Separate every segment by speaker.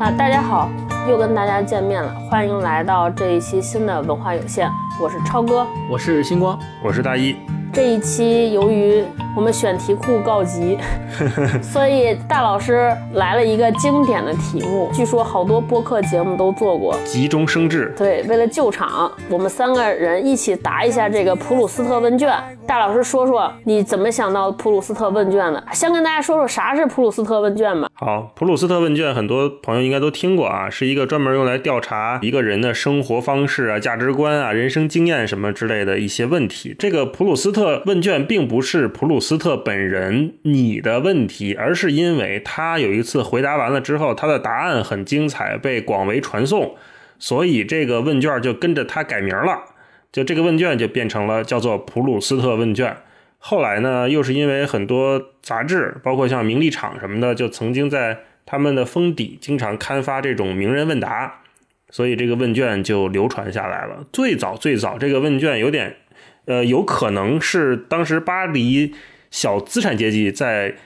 Speaker 1: 啊，大家好，又跟大家见面了，欢迎来到这一期新的文化有限，我是超哥。
Speaker 2: 我是星光，
Speaker 3: 我是大一，
Speaker 1: 这一期由于我们选题库告急，所以大老师来了一个经典的题目，据说好多播客节目都做过。
Speaker 3: 急中生智，
Speaker 1: 对，为了救场，我们三个人一起答一下这个普鲁斯特问卷。大老师说说你怎么想到普鲁斯特问卷的？先跟大家说说啥是普鲁斯特问卷吧。
Speaker 3: 好，普鲁斯特问卷很多朋友应该都听过啊，是一个专门用来调查一个人的生活方式啊、价值观啊、人生经验什么之类的一些问题。这个普鲁斯特问卷并不是普鲁斯特本人你的问题，而是因为他有一次回答完了之后，他的答案很精彩，被广为传颂，所以这个问卷就跟着他改名了。就这个问卷就变成了叫做普鲁斯特问卷。后来呢，又是因为很多杂志，包括像《名利场》什么的，就曾经在他们的封底经常刊发这种名人问答，所以这个问卷就流传下来了。最早最早，这个问卷有点，呃，有可能是当时巴黎小资产阶级在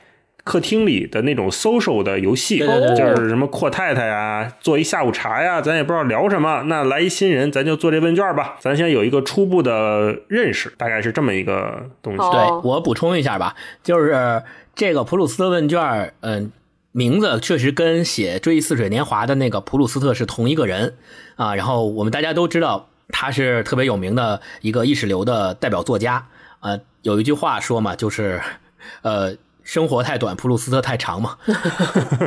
Speaker 3: 客厅里的那种 social 的游戏，
Speaker 2: 对对对
Speaker 3: 就是什么阔太太呀，做一下午茶呀，咱也不知道聊什么，那来一新人，咱就做这问卷吧，咱先有一个初步的认识，大概是这么一个东西。
Speaker 1: 好
Speaker 2: 对
Speaker 1: 哦
Speaker 2: 我补充一下吧，就是这个普鲁斯特问卷儿，嗯、名字确实跟写《追忆似水年华》的那个普鲁斯特是同一个人啊。然后我们大家都知道，他是特别有名的一个意识流的代表作家。呃，有一句话说嘛，就是，呃，生活太短，普鲁斯特太长嘛。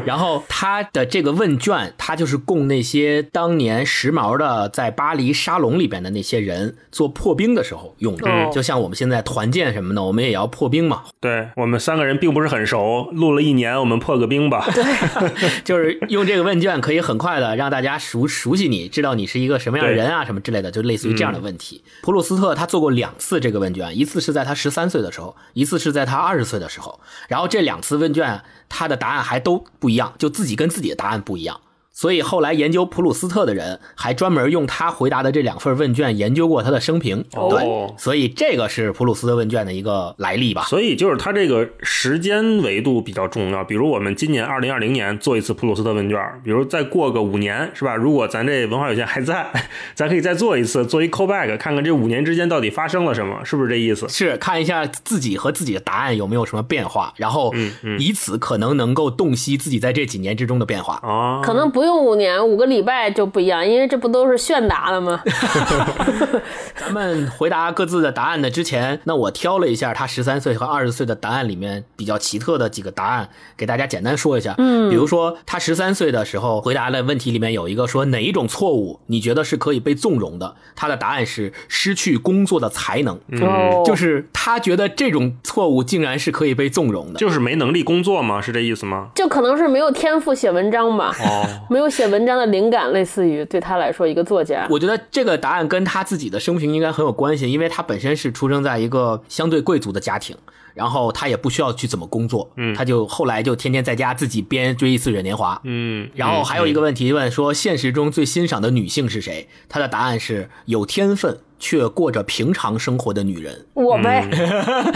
Speaker 2: 然后他的这个问卷，他就是供那些当年时髦的在巴黎沙龙里边的那些人做破冰的时候用的。
Speaker 1: 嗯
Speaker 2: 就像我们现在团建什么的，我们也要破冰嘛，
Speaker 3: 对我们三个人并不是很熟，录了一年，我们破 个冰吧。
Speaker 2: 就是用这个问卷可以很快的让大家熟熟悉你，知道你是一个什么样的人啊，什么之类的，就类似于这样的问题。普鲁斯特他做过两次这个问卷，一次是在他十三岁的时候，一次是在他二十岁的时候。然后这两次问卷他的答案还都不一样，就自己跟自己的答案不一样。所以后来研究普鲁斯特的人还专门用他回答的这两份问卷研究过他的生平。
Speaker 3: 哦
Speaker 2: 对，所以这个是普鲁斯特问卷的一个来历吧。
Speaker 3: 所以就是它这个时间维度比较重要。比如我们今年二零二零年做一次普鲁斯特问卷，比如再过个五年，是吧？如果咱这文化有限还在， 咱可以再做一次，做一 callback，看看这五年之间到底发生了什么，是不是这意思？
Speaker 2: 是看一下自己和自己的答案有没有什么变化，然后以此可能能够洞悉自己在这几年之中的变化。
Speaker 3: 啊，
Speaker 1: 可能不用五年，五个礼拜就不一样，因为这不都是炫答的吗？
Speaker 2: 咱们回答各自的答案的之前，那我挑了一下他十三岁和二十岁的答案里面比较奇特的几个答案，给大家简单说一下。嗯，比如说他十三岁的时候回答的问题里面有一个说哪一种错误你觉得是可以被纵容的，他的答案是失去工作的才能，
Speaker 3: 嗯
Speaker 1: 哦，
Speaker 2: 就是他觉得这种错误竟然是可以被纵容的。
Speaker 3: 就是没能力工作吗？是这意思吗？
Speaker 1: 就可能是没有天赋写文章吧，
Speaker 3: 哦，
Speaker 1: 没有写文章的灵感，类似于对他来说一个作家。
Speaker 2: 我觉得这个答案跟他自己的生平应该很有关系，因为他本身是出生在一个相对贵族的家庭，然后他也不需要去怎么工作，嗯，他就后来就天天在家自己编《追忆似水年华》，
Speaker 3: 嗯，
Speaker 2: 然后还有一个问题问说，现实中最欣赏的女性是谁？他的答案是有天分却过着平常生活的女 人。
Speaker 1: 我呗，
Speaker 3: 嗯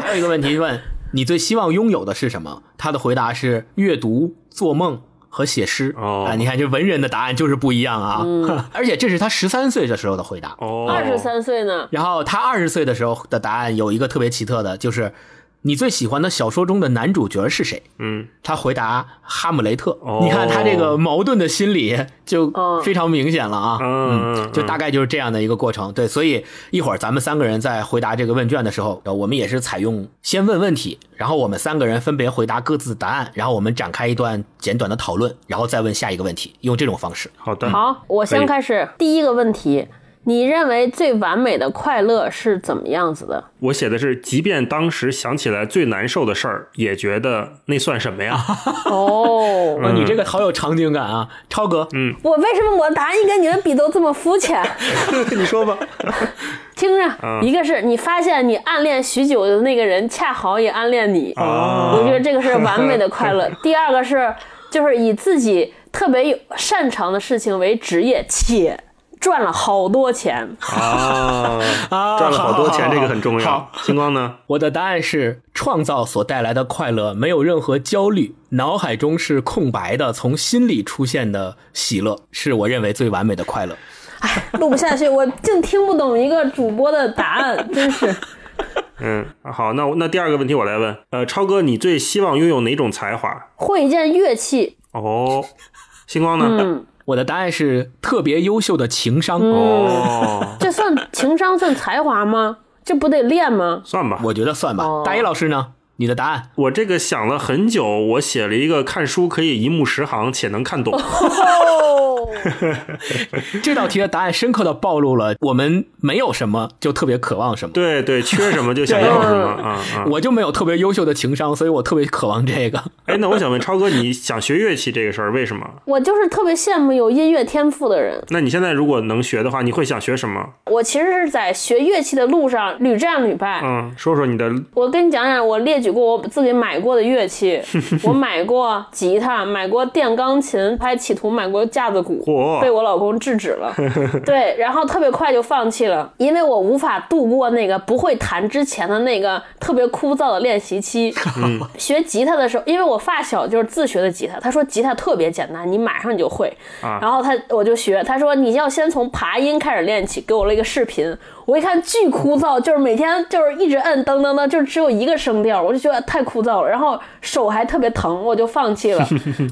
Speaker 2: 还有一个问题问你最希望拥有的是什么？他的回答是阅读、做梦。和写诗
Speaker 3: 哦嗯
Speaker 2: 啊，你看这文人的答案就是不一样啊， 而且这是他十三岁的时候的回答
Speaker 3: 哦，
Speaker 1: 二十三岁呢，
Speaker 2: 然后他二十岁的时候的答案有一个特别奇特的，就是你最喜欢的小说中的男主角是谁？
Speaker 3: 嗯，
Speaker 2: 他回答哈姆雷特。
Speaker 3: 哦
Speaker 2: 你看他这个矛盾的心理就
Speaker 1: 嗯
Speaker 2: 非常明显了啊。
Speaker 3: 嗯嗯
Speaker 2: 就大概就是这样的一个过程。对，所以一会儿咱们三个人在回答这个问卷的时候，呃我们也是采用先问问题，然后我们三个人分别回答各自的答案，然后我们展开一段简短的讨论，然后再问下一个问题，用这种方式。
Speaker 3: 好的，
Speaker 1: 好，我
Speaker 3: 可
Speaker 1: 先
Speaker 3: 以
Speaker 1: 开始第一个问题。你认为最完美的快乐是怎么样子的？
Speaker 3: 我写的是，即便当时想起来最难受的事儿，也觉得那算什么呀？
Speaker 1: 哦，
Speaker 3: 嗯
Speaker 2: 哇，嗯你这个好有场景感啊，超哥，
Speaker 1: 我为什么我的答案一跟你们比都这么肤浅？
Speaker 2: 你说 吧。
Speaker 1: 听着，一个是你发现你暗恋许久的那个人恰好也暗恋你，
Speaker 3: 啊
Speaker 1: 我觉得这个是完美的快乐。第二个是，就是以自己特别有擅长的事情为职业，且赚了好多钱。
Speaker 3: 啊，
Speaker 2: 啊
Speaker 3: 赚了 好多钱，这个很重要
Speaker 2: 好。
Speaker 3: 星光呢？
Speaker 2: 我的答案是创造所带来的快乐，没有任何焦虑，脑海中是空白的，从心里出现的喜乐，是我认为最完美的快乐。
Speaker 1: 录不下去，我竟听不懂一个主播的答案，真是。
Speaker 3: 嗯，好，那我那第二个问题我来问，呃，超哥，你最希望拥有哪种才华？
Speaker 1: 会一件乐器，
Speaker 3: 哦，星光呢？
Speaker 1: 嗯，
Speaker 2: 我的答案是特别优秀的情商，
Speaker 3: 哦，
Speaker 1: 这算情商算才华吗？这不得练吗？
Speaker 3: 算吧，
Speaker 2: 我觉得算吧。
Speaker 1: 哦
Speaker 2: 大一老师呢？你的答案？
Speaker 3: 我这个想了很久，我写了一个看书可以一目十行且能看懂。
Speaker 1: 哦，
Speaker 2: 这道题的答案深刻的暴露了我们没有什么就特别渴望什么。
Speaker 3: 对对，缺什么就想要什么啊啊！
Speaker 2: 我就没有特别优秀的情商，所以我特别渴望这个。
Speaker 3: 哎，那我想问超哥，你想学乐器这个事儿为什么？
Speaker 1: 我就是特别羡慕有音乐天赋的人。
Speaker 3: 那你现在如果能学的话，你会想学什么？
Speaker 1: 我其实是在学乐器的路上屡战屡败。
Speaker 3: 嗯，说说你的
Speaker 1: 我跟你讲讲，我列举过我自己买过的乐器，我买过吉他，买过电钢琴，还企图买过架子鼓。被
Speaker 3: 嚯，
Speaker 1: 我老公制止了，对，然后特别快就放弃了，因为我无法度过那个不会弹之前的那个特别枯燥的练习期。学吉他的时候，因为我发小就是自学的吉他，他说吉他特别简单，你马上就会。
Speaker 3: 啊
Speaker 1: 然后他我就学，他说你要先从爬音开始练起，给我了一个视频，我一看巨枯燥，就是每天就是一直摁噔噔噔，就是只有一个声调，我就觉得太枯燥了，然后手还特别疼，我就放弃 了。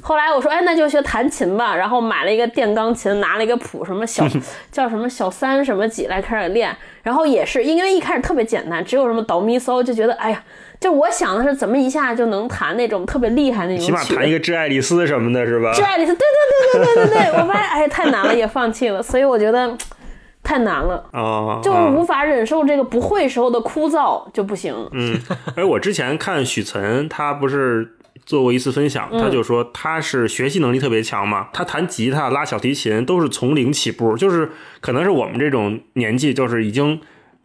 Speaker 1: 后来我说，哎，那就学弹琴吧，然后买了一个电钢琴，拿了一个谱，什么 小叫什么小三什么几来开始练，然后也是因为一开始特别简单，只有什么哆咪嗦，就觉得哎呀。就我想的是怎么一下就能弹那种特别厉害那种曲，
Speaker 3: 起码弹一个《致爱丽丝》什么的，是 吧？
Speaker 1: 挚爱丽丝，对对对对对对对，我发现哎太难了，也放弃了，所以我觉得太难了，
Speaker 3: 啊，
Speaker 1: 就是
Speaker 3: 啊
Speaker 1: 无法忍受这个不会时候的枯燥就不行。
Speaker 3: 嗯，哎，我之前看许岑，他不是做过一次分享，他就说他是学习能力特别强嘛，他弹吉他、拉小提琴都是从零起步，就是可能是我们这种年纪，就是已经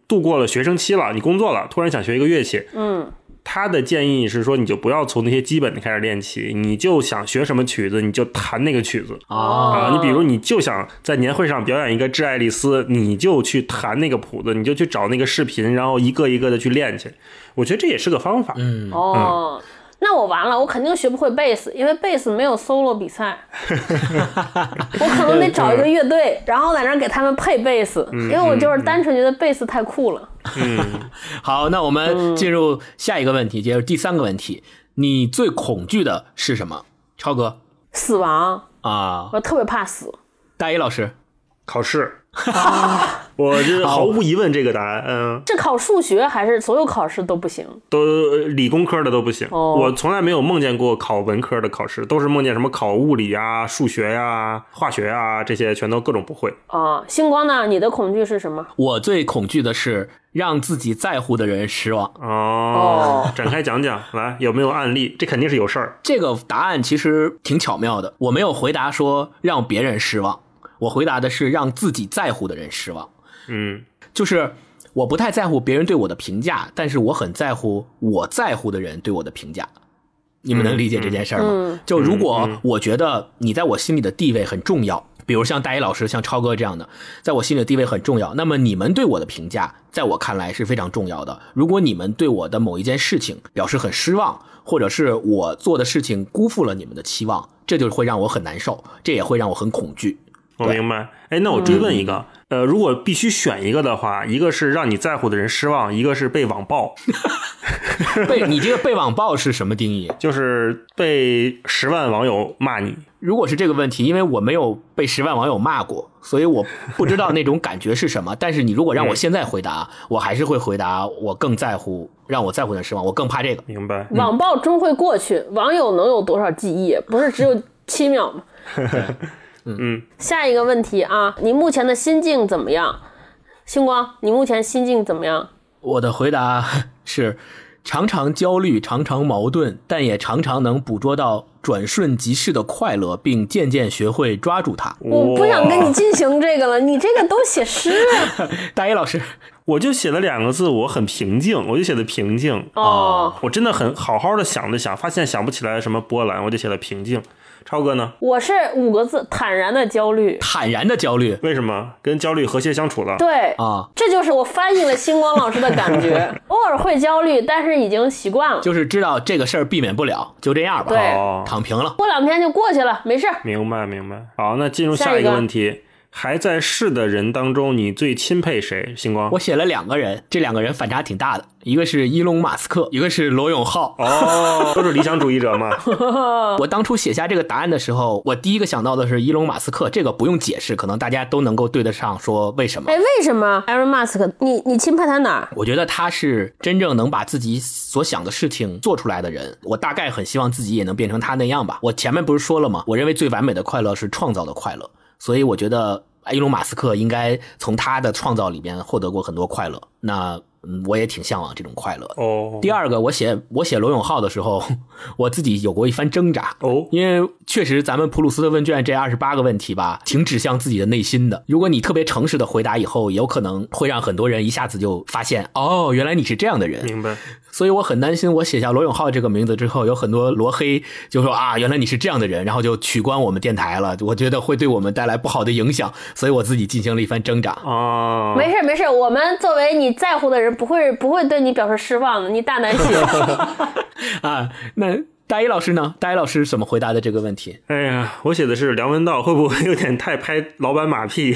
Speaker 3: 度过了学生期了，你工作了，突然想学一个乐器，嗯。他的建议是说，你就不要从那些基本的开始练起，你就想学什么曲子，你就弹那个曲子
Speaker 1: 哦
Speaker 3: 啊。你比如，你就想在年会上表演一个《致爱丽丝》，你就去弹那个谱子，你就去找那个视频，然后一个一个的去练去。我觉得这也是个方法。嗯，
Speaker 1: 哦，那我完了，我肯定学不会贝斯，因为贝斯没有 solo 比 赛，我可能得找一个乐队，然后在那儿给他们配贝斯，
Speaker 3: 嗯
Speaker 1: 因为我就是单纯觉得贝斯太酷了。
Speaker 2: 好，那我们进入下一个问题，也就是第三个问题，你最恐惧的是什么？超哥
Speaker 1: 死亡，
Speaker 2: 啊，
Speaker 1: 我特别怕死。
Speaker 2: 大一老师，
Speaker 3: 考 试，我这毫无疑问这个答案，嗯，
Speaker 1: 这考数学还是所有考试都不行？
Speaker 3: 都呃理工科的都不行。
Speaker 1: 哦
Speaker 3: 我从来没有梦见过考文科的考试，都是梦见什么考物理啊、数学呀、化学啊这些，全都各种不会。
Speaker 1: 啊、星光呢？你的恐惧是什么？
Speaker 2: 我最恐惧的是让自己在乎的人失望。
Speaker 3: 哦
Speaker 1: 哦，
Speaker 3: 展开讲讲，来有没有案例？这肯定是有事儿。
Speaker 2: 这个答案其实挺巧妙的，我没有回答说让别人失望，我回答的是让自己在乎的人失望。
Speaker 3: 嗯，
Speaker 2: 就是我不太在乎别人对我的评价，但是我很在乎我在乎的人对我的评价。你们能理解这件事儿吗？
Speaker 1: 嗯
Speaker 2: 就如果我觉得你在我心里的地位很重要，比如像大一老师、像超哥这样的，在我心里的地位很重要，那么你们对我的评价，在我看来是非常重要的。如果你们对我的某一件事情表示很失望，或者是我做的事情辜负了你们的期望，这就会让我很难受，这也会让我很恐 惧。
Speaker 3: 我明白。哎，那我追问一个，
Speaker 1: 嗯
Speaker 3: 呃，如果必须选一个的话，一个是让你在乎的人失望，一个是被网暴，
Speaker 2: 被你这个被网暴是什么定义？
Speaker 3: 就是被十万网友骂你。
Speaker 2: 如果是这个问题，因为我没有被十万网友骂 过，所以我不知道那种感觉是什么。但是你如果让我现在回答，我还是会回答我更在乎，让我在乎的失望，我更怕这个。
Speaker 3: 明白？
Speaker 1: 网暴终会过去，网友能有多少记忆？不是只有七秒吗？
Speaker 3: 嗯，
Speaker 1: 下一个问题啊，你目前的心境怎么样？星光，你目前心境怎么样？
Speaker 2: 我的回答 是：常常焦虑，常常矛盾，但也常常能捕捉到转瞬即逝的快乐，并渐渐学会抓住它。
Speaker 1: 我不想跟
Speaker 3: 哇
Speaker 1: 你进行这个了，你这个都写诗啊
Speaker 2: 大一老师，
Speaker 3: 我就写了两个字，我很平静，我就写的平静。
Speaker 1: 哦，
Speaker 3: 我真的很好好的想了想，发现想不起来什么波澜，我就写了平静。超哥呢？
Speaker 1: 我是五个字：坦然的焦虑。
Speaker 2: 坦然的焦虑
Speaker 3: 为什么跟焦虑和谐相处了？
Speaker 1: 对，
Speaker 2: 啊，
Speaker 1: 这就是我翻译了星光老师的感觉。偶尔会焦虑，但是已经习惯了，
Speaker 2: 就是知道这个事儿避免不了，就这样吧，
Speaker 1: 对
Speaker 3: 哦，
Speaker 2: 躺平了。
Speaker 1: 过两天就过去了，没事儿。
Speaker 3: 明白明白。好，那进入
Speaker 1: 下
Speaker 3: 下一
Speaker 1: 一个
Speaker 3: 个问题，还在试的人当中，你最钦佩谁？星光。
Speaker 2: 我写了两个人，这两个人反差挺大的，一个是伊隆马斯克，一个是罗永浩。
Speaker 3: 哦，都是理想主义者嘛。
Speaker 2: 我当初写下这个答案的时候，我第一个想到的是伊隆马斯克，这个不用解释，可能大家都能够对得上，说为什么。
Speaker 1: 哎，为什么 Elon Musk？你你钦佩他哪儿？
Speaker 2: 我觉得他是真正能把自己所想的事情做出来的人。我大概很希望自己也能变成他那样吧。我前面不是说了吗？我认为最完美的快乐是创造的快乐，所以我觉得哎伊隆马斯克应该从他的创造里边获得过很多快乐。那嗯，我也挺向往这种快乐的。
Speaker 3: 哦
Speaker 2: 第二个，我写我写罗永浩的时候， 我自己有过一番挣扎。
Speaker 3: 哦，
Speaker 2: 因为确实，咱们普鲁斯特问卷这二十八个问题吧，挺指向自己的内心的。如果你特别诚实的回答以后，有可能会让很多人一下子就发现，哦，原来你是这样的人。
Speaker 3: 明白。
Speaker 2: 所以我很担心，我写下罗永浩这个名字之后，有很多罗黑就说啊，原来你是这样的人，然后就取关我们电台了。我觉得会对我们带来不好的影响，所以我自己进行了一番挣扎。
Speaker 3: 啊，
Speaker 1: 没事儿没事儿，我们作为你在乎的人，不会不会对你表示失望的。你大胆 写，
Speaker 2: 啊，那大一老师呢？大一老师怎么回答的这个问题？
Speaker 3: 哎呀，我写的是梁文道，会不会有点太拍老板 马屁？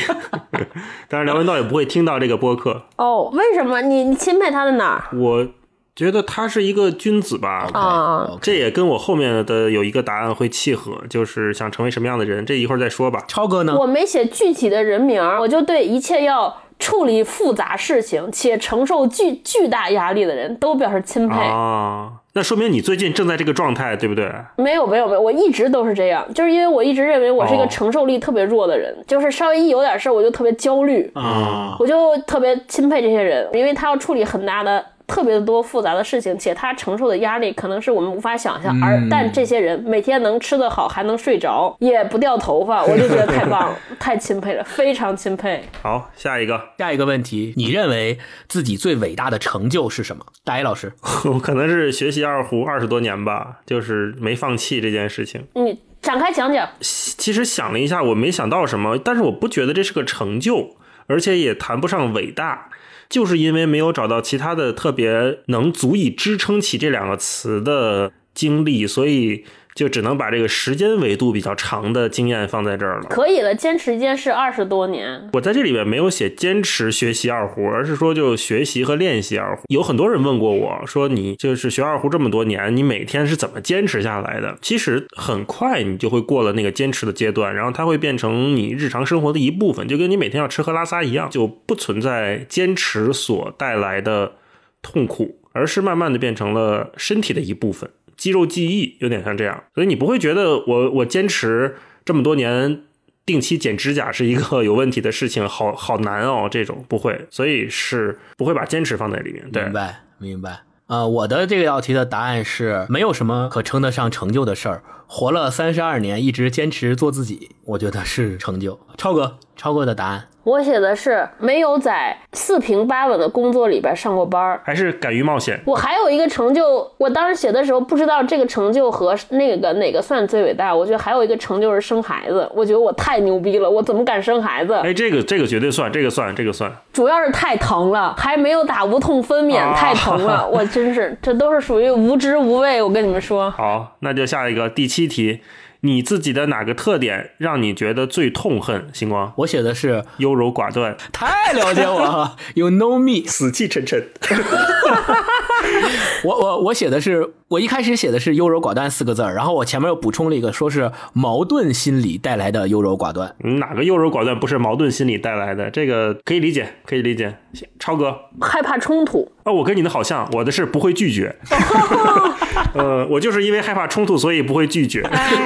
Speaker 3: 当然，梁文道也不会听到这个播客。
Speaker 1: 哦，为什么你你钦佩他的哪儿？
Speaker 3: 我觉得他是一个君子吧。
Speaker 1: 啊
Speaker 2: 哦
Speaker 3: 这也跟我后面的有一个答案会契合，就是想成为什么样的人，这一会儿再说吧。
Speaker 2: 超哥呢？
Speaker 1: 我没写具体的人名儿，我就对一切要处理复杂事情且承受巨巨大压力的人都表示钦佩。
Speaker 3: 啊，那说明你最近正在这个状态，对不对？
Speaker 1: 没有没有没有，我一直都是这样，就是因为我一直认为我是一个
Speaker 3: 哦
Speaker 1: 承受力特别弱的人，就是稍微一有点事儿我就特别焦虑，
Speaker 2: 啊，
Speaker 1: 我就特别钦佩这些人，因为他要处理很大的。特别多复杂的事情，且他承受的压力可能是我们无法想象，而但这些人每天能吃得好，还能睡着，也不掉头发，我就觉得太棒了，太钦佩了，非常钦佩。
Speaker 3: 好，下一个，
Speaker 2: 下一个问题，你认为自己最伟大的成就是什么？大一老师，
Speaker 3: 我可能是学习二胡二十多年吧，就是没放弃这件事情。
Speaker 1: 你展开讲讲，
Speaker 3: 其实想了一下，我没想到什么，但是我不觉得这是个成就，而且也谈不上伟大，就是因为没有找到其他的特别能足以支撑起这两个词的经历，所以就只能把这个时间维度比较长的经验放在这儿了。
Speaker 1: 可以了，坚持一件事二十多年，
Speaker 3: 我在这里边没有写坚持学习二胡，而是说就学习和练习二胡。有很多人问过我说，你就是学二胡这么多年，你每天是怎么坚持下来的？其实很快你就会过了那个坚持的阶段，然后它会变成你日常生活的一部分，就跟你每天要吃喝拉撒一样，就不存在坚持所带来的痛苦，而是慢慢的变成了身体的一部分，肌肉记忆有点像这样，所以你不会觉得我我坚持这么多年。定期剪指甲是一个有问题的事情，好好难哦，这种不会，所以是不会把坚持放在里面。对
Speaker 2: 明，白，明白。呃，我的这道题的答案是没有什么可称得上成就的事儿，活了三十二年，一直坚持做自己，我觉得是成就。超哥，超哥的答案，
Speaker 1: 我写的是没有在四平八稳的工作里边上过班儿。
Speaker 3: 还是敢于冒险。
Speaker 1: 我还有一个成就，我当时写的时候不知道这个成就和那个哪个算最伟大。我觉得还有一个成就是生孩子，我觉得我太牛逼了，我怎么敢生孩子？
Speaker 3: 哎，这个这个绝对算，这个算，这个算。
Speaker 1: 主要是太疼了，还没有打无痛分娩，
Speaker 3: 啊
Speaker 1: 太疼 了，我真是这都是属于无知无畏。我跟你们说，
Speaker 3: 好，那就下一个第七题，你自己的哪个特点让你觉得最痛恨？星光，
Speaker 2: 我写的是
Speaker 3: 优柔寡断，
Speaker 2: 太了解我了，You know me。
Speaker 3: 死气沉沉。
Speaker 2: 我我我写的是，我一开始写的是优柔寡断四个字儿，然后我前面又补充了一个，说是矛盾心理带来的优柔寡断。
Speaker 3: 哪个优柔寡断不是矛盾心理带来的？这个可以理解，可以理解。超哥，
Speaker 1: 害怕冲突，
Speaker 3: 哦，我跟你的好像，我的是不会拒绝。 呃，我就是因为害怕冲突，所以不会拒绝。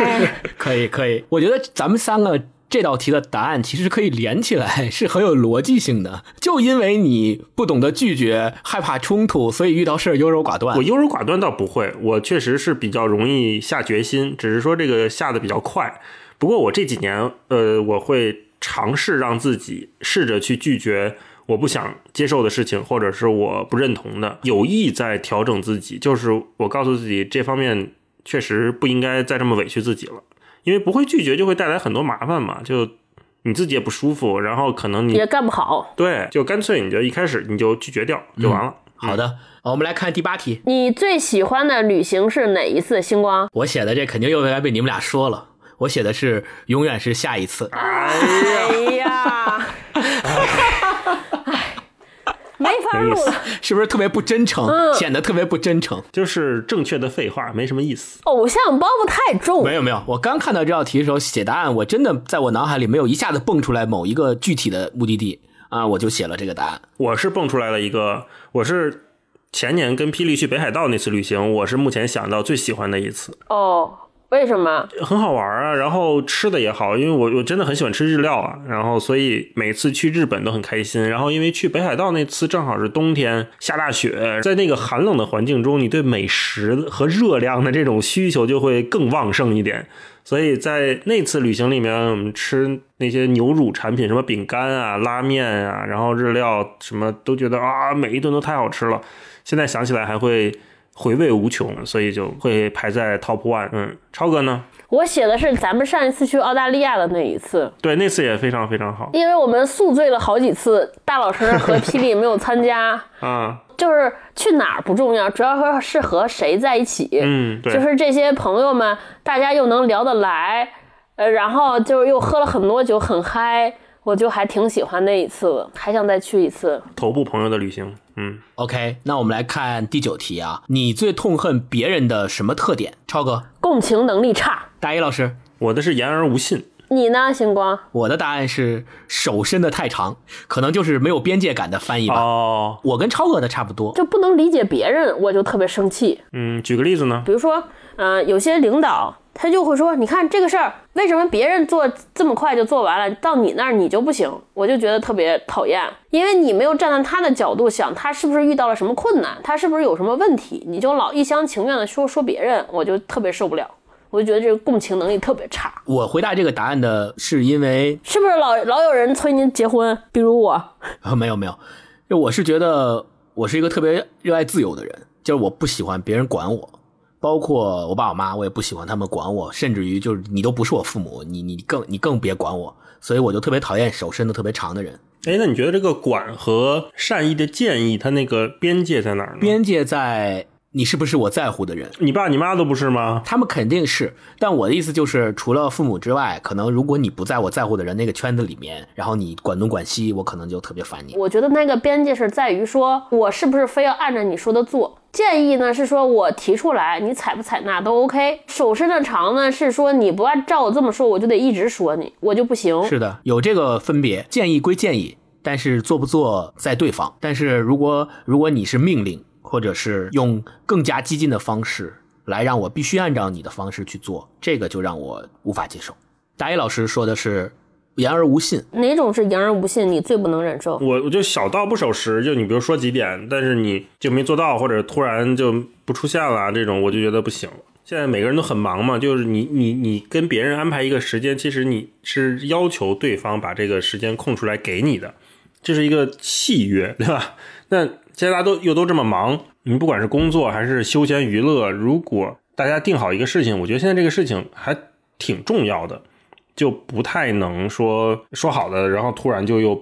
Speaker 2: 可以，可以。我觉得咱们三个这道题的答案其实可以连起来，是很有逻辑性的。 就因为你不懂得拒绝，害怕冲突，所以遇到事儿优柔寡断
Speaker 3: 我。优柔寡断倒不会，我确实是比较容易下决心，只是说这个下的比较快。不过我这几年，呃，我会尝试让自己试着去拒绝我不想接受的事情，或者是我不认同的，有意在调整自己。就是我告诉自己，这方面确实不应该再这么委屈自己了。因为不会拒绝就会带来很多麻烦嘛，就你自己也不舒服，然后可能你
Speaker 1: 也干不好。
Speaker 3: 对，就干脆你就一开始你就拒绝掉就完了。
Speaker 2: 好的，好我们来看第八题，
Speaker 1: 你最喜欢的旅行是哪一次？星光，
Speaker 2: 我写的这肯定又该被你们俩说了。我写的是永远是下一次，
Speaker 3: 哎
Speaker 1: 哎
Speaker 3: 呀，
Speaker 1: 呀，没法
Speaker 3: 没意
Speaker 1: 录
Speaker 3: 思
Speaker 1: 了。
Speaker 2: 是不是特别不真诚，显得特别不真诚？
Speaker 3: 就是正确的废话没什么意思。
Speaker 1: 偶像包袱太重，
Speaker 2: 没有没有，我刚看到这道题的时候写答案，我真的在我脑海里没有一下子蹦出来某一个具体的目的地啊，我就写了这个答案。
Speaker 3: 我是蹦出来了一个，我是前年跟霹雳去北海道那次旅行，我是目前想到最喜欢的一次，
Speaker 1: 哦，为什么？
Speaker 3: 很好玩啊。然后吃的也好，因为我我真的很喜欢吃日料啊，然后所以每次去日本都很开心。然后因为去北海道那次正好是冬天，下大雪，在那个寒冷的环境中，你对美食和热量的这种需求就会更旺盛一点。所以在那次旅行里面，我们吃那些牛乳产品，什么饼干啊、拉面啊，然后日料什么，都觉得啊，每一顿都太好吃了。现在想起来还会回味无穷，所以就会排在 top one。嗯，超哥呢？
Speaker 1: 我写的是咱们上一次去澳大利亚的那一次，
Speaker 3: 对，那次也非常非常好
Speaker 1: 因为我们宿醉了好几次，大老师和霹雳没有参加，
Speaker 3: 啊。
Speaker 1: 就是去哪儿不重要，主要和是和谁在一起。
Speaker 3: 嗯，对，
Speaker 1: 就是这些朋友们，大家又能聊得来，呃，然后就是又喝了很多酒，很嗨，我就还挺喜欢那一次的，还想再去一次。
Speaker 3: 头部朋友的旅行。嗯，
Speaker 2: OK，那我们来看第九题啊，你最痛恨别人的什么特点？超哥，
Speaker 1: 共情能力差，
Speaker 2: 大一老师，
Speaker 3: 我的是言而无信。
Speaker 1: 你呢，星光？
Speaker 2: 我的答案是手伸的太长，可能就是没有边界感的翻译吧。
Speaker 3: 哦，
Speaker 2: 我跟超哥的差不多，
Speaker 1: 就不能理解别人，我就特别生气。
Speaker 3: 嗯，举个例子呢？
Speaker 1: 比如说，嗯、有些领导他就会说，你看这个事儿，为什么别人做这么快就做完了，到你那儿你就不行？我就觉得特别讨厌，因为你没有站在他的角度想，他是不是遇到了什么困难，他是不是有什么问题，你就老一厢情愿的说说别人，我就特别受不了。我就觉得这个共情能力特别差，
Speaker 2: 我回答这个答案的是因为
Speaker 1: 是不是老老有人催您结婚？比如我，
Speaker 2: 啊，没有没有，就我是觉得我是一个特别热爱自由的人，就是我不喜欢别人管我，包括我爸我妈，我也不喜欢他们管我，甚至于就是你都不是我父母，你你更你更别管我，所以我就特别讨厌手伸的特别长的人。
Speaker 3: 哎，那你觉得这个管和善意的建议，它那个边界在哪儿呢？
Speaker 2: 边界在你是不是我在乎的人，
Speaker 3: 你爸你妈都不是吗？
Speaker 2: 他们肯定是，但我的意思就是，除了父母之外，可能如果你不在我在乎的人那个圈子里面，然后你管东管西，我可能就特别烦你。
Speaker 1: 我觉得那个边界是在于说我是不是非要按照你说的做。建议呢是说我提出来，你采不采纳都 OK。手伸的长呢是说你不按照我这么说，我就得一直说你，我就不行。
Speaker 2: 是的，有这个分别，建议归建议，但是做不做在对方。但是如果如果你是命令，或者是用更加激进的方式来让我必须按照你的方式去做，这个就让我无法接受。大一老师说的是言而无信，
Speaker 1: 哪种是言而无信，你最不能忍受？
Speaker 3: 我我就小到不守时，就你比如说几点，但是你就没做到，或者突然就不出现了，这种我就觉得不行。现在每个人都很忙嘛，就是你你你跟别人安排一个时间，其实你是要求对方把这个时间空出来给你的，这是一个契约，对吧？那现在大家都又都这么忙，你不管是工作还是休闲娱乐，如果大家定好一个事情，我觉得现在这个事情还挺重要的，就不太能说说好的，然后突然就又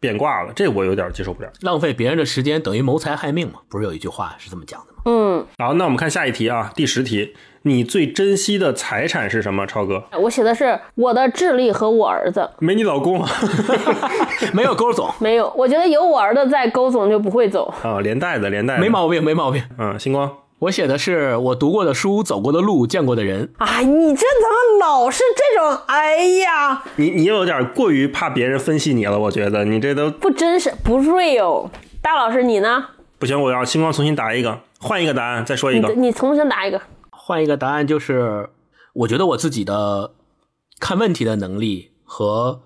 Speaker 3: 变卦了，这我有点接受不了。
Speaker 2: 浪费别人的时间等于谋财害命嘛？不是有一句话是这么讲的 吗？
Speaker 1: 嗯，
Speaker 3: 好，那我们看下一题啊，第十题，你最珍惜的财产是什么？超哥，
Speaker 1: 我写的是我的智力和我儿子
Speaker 3: 没你老 公啊
Speaker 2: 没有勾总，
Speaker 1: 没有，我觉得有我儿子在，勾总就不会走。
Speaker 3: 啊，连带的，连带的，
Speaker 2: 没毛病，没毛病。
Speaker 3: 嗯，星光，
Speaker 2: 我写的是我读过的书、走过的路、见过的人。
Speaker 1: 哎，你这怎么老是这种？哎呀，
Speaker 3: 你你有点过于怕别人分析你了，我觉得你这都
Speaker 1: 不真实，不 real。大老师，你呢？
Speaker 3: 不行，我要星光重新答一个，换一个答案，再说一
Speaker 1: 你
Speaker 3: 个。
Speaker 1: 你重新答一个。
Speaker 2: 换一个答案就是，我觉得我自己的看问题的能力和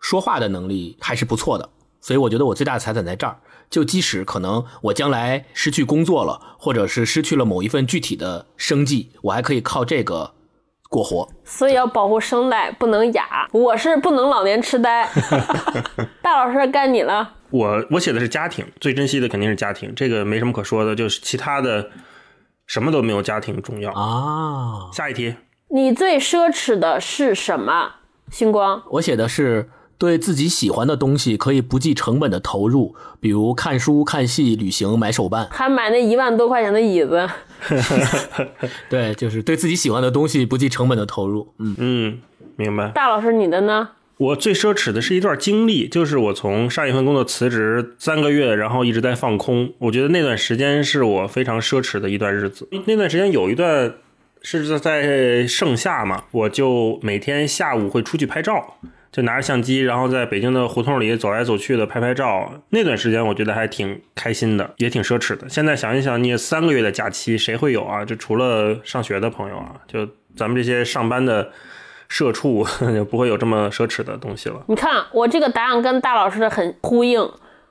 Speaker 2: 说话的能力还是不错的，所以我觉得我最大的财产在这儿。就即使可能我将来失去工作了，或者是失去了某一份具体的生计，我还可以靠这个过活。
Speaker 1: 所以要保护声带，不能哑。我是不能老年痴呆。大老师该你了，
Speaker 3: 我我写的是家庭，最珍惜的肯定是家庭，这个没什么可说的，就是其他的什么都没有家庭重要。
Speaker 2: 啊，
Speaker 3: 下一题，
Speaker 1: 你最奢侈的是什么？星光，
Speaker 2: 我写的是对自己喜欢的东西可以不计成本的投入，比如看书、看戏、旅行、买手办。
Speaker 1: 还买那一万多块钱的椅子，
Speaker 2: 对，就是对自己喜欢的东西不计成本的投入。嗯，
Speaker 3: 嗯，明白。
Speaker 1: 大老师你的呢？
Speaker 3: 我最奢侈的是一段经历，就是我从上一份工作辞职三个月，然后一直在放空。我觉得那段时间是我非常奢侈的一段日子。那段时间有一段是在盛夏嘛，我就每天下午会出去拍照，就拿着相机，然后在北京的胡同里走来走去的拍拍照。那段时间我觉得还挺开心的，也挺奢侈的。现在想一想，你三个月的假期谁会有啊？就除了上学的朋友啊，就咱们这些上班的。社畜就不会有这么奢侈的东西了。
Speaker 1: 你看我这个答案跟大老师的很呼应。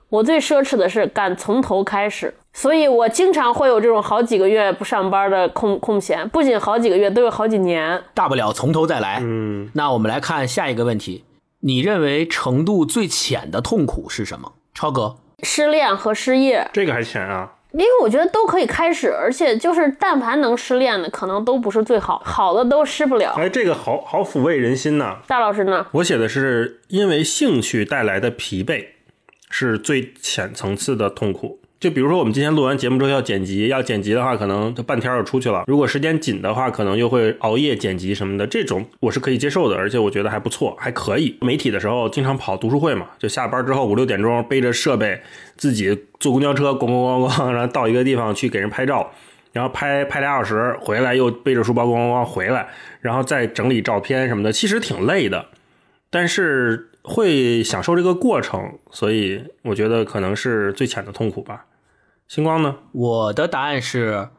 Speaker 1: 我最奢侈的是敢从头开始，所以我经常会有这种好几个月不上班的空空闲，不仅好几个月，都有好几年。
Speaker 2: 大不了从头再来。
Speaker 3: 嗯，
Speaker 2: 那我们来看下一个问题，你认为程度最浅的痛苦是什么？超哥，
Speaker 1: 失恋和失业，
Speaker 3: 这个还浅啊。
Speaker 1: 因为我觉得都可以开始，而且就是但凡能失恋的，可能都不是最好，好的都失不了。
Speaker 3: 哎，这个好好抚慰人心呐、
Speaker 1: 大老师呢？
Speaker 3: 我写的是因为兴趣带来的疲惫，是最浅层次的痛苦。就比如说，我们今天录完节目之后要剪辑，要剪辑的话，可能就半天儿就出去了。如果时间紧的话，可能又会熬夜剪辑什么的。这种我是可以接受的，而且我觉得还不错，还可以。媒体的时候经常跑读书会嘛，就下班之后五六点钟背着设备，自己坐公交车咣咣咣咣，然后到一个地方去给人拍照，然后拍拍俩小时，回来又背着书包咣咣咣回来，然后再整理照片什么的，其实挺累的。但是会享受这个过程，所以我觉得可能是最浅的痛苦吧。星光呢？
Speaker 2: 我的答案是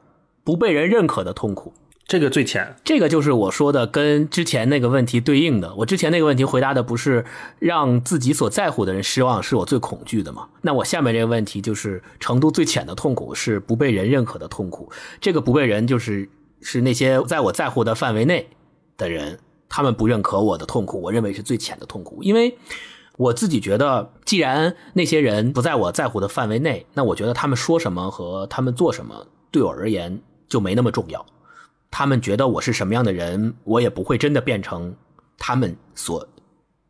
Speaker 2: 不被人认可的痛苦。
Speaker 3: 这个最浅，
Speaker 2: 这个就是我说的跟之前那个问题对应的。我之前那个问题回答的不是让自己所在乎的人失望是我最恐惧的嘛？那我下面这个问题就是程度最浅的痛苦是不被人认可的痛苦。这个不被人就是是那些在我在乎的范围内的人，他们不认可我的痛苦，我认为是最浅的痛苦，因为。我自己觉得，既然那些人不在我在乎的范围内，那我觉得他们说什么和他们做什么，对我而言就没那么重要。他们觉得我是什么样的人，我也不会真的变成他们所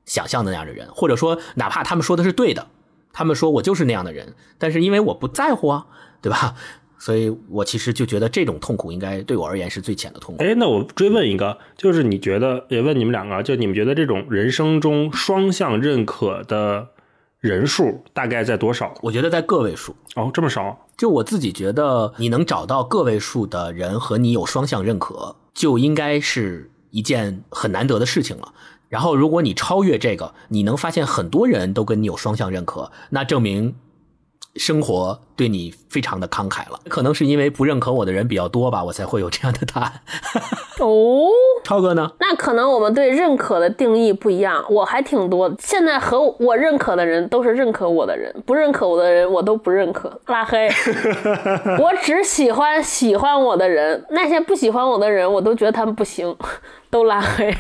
Speaker 2: 想象的那样的人，或者说，哪怕他们说的是对的，他们说我就是那样的人，但是因为我不在乎啊，对吧？ 所以我其实就觉得这种痛苦应该对我而言是最浅的痛苦。
Speaker 3: 哎，那我追问一个，就是你觉得，也问你们两个啊，就你们觉得这种人生中双向认可的人数大概在多少？
Speaker 2: 我觉得在个位数，
Speaker 3: 哦，这么少？
Speaker 2: 就我自己觉得，你能找到个位数的人和你有双向认可，就应该是一件很难得的事情了。然后，如果你超越这个，你能发现很多人都跟你有双向认可，那证明生活对你非常的慷慨了。可能是因为不认可我的人比较多吧，我才会有这样的答案。
Speaker 1: 哦，
Speaker 2: 超哥呢？
Speaker 1: 那可能我们对认可的定义不一样，我还挺多的。现在和我认可的人都是认可我的人，不认可我的人我都不认可，拉黑。我只喜欢喜欢我的人，那些不喜欢我的人，我都觉得他们不行，都拉黑。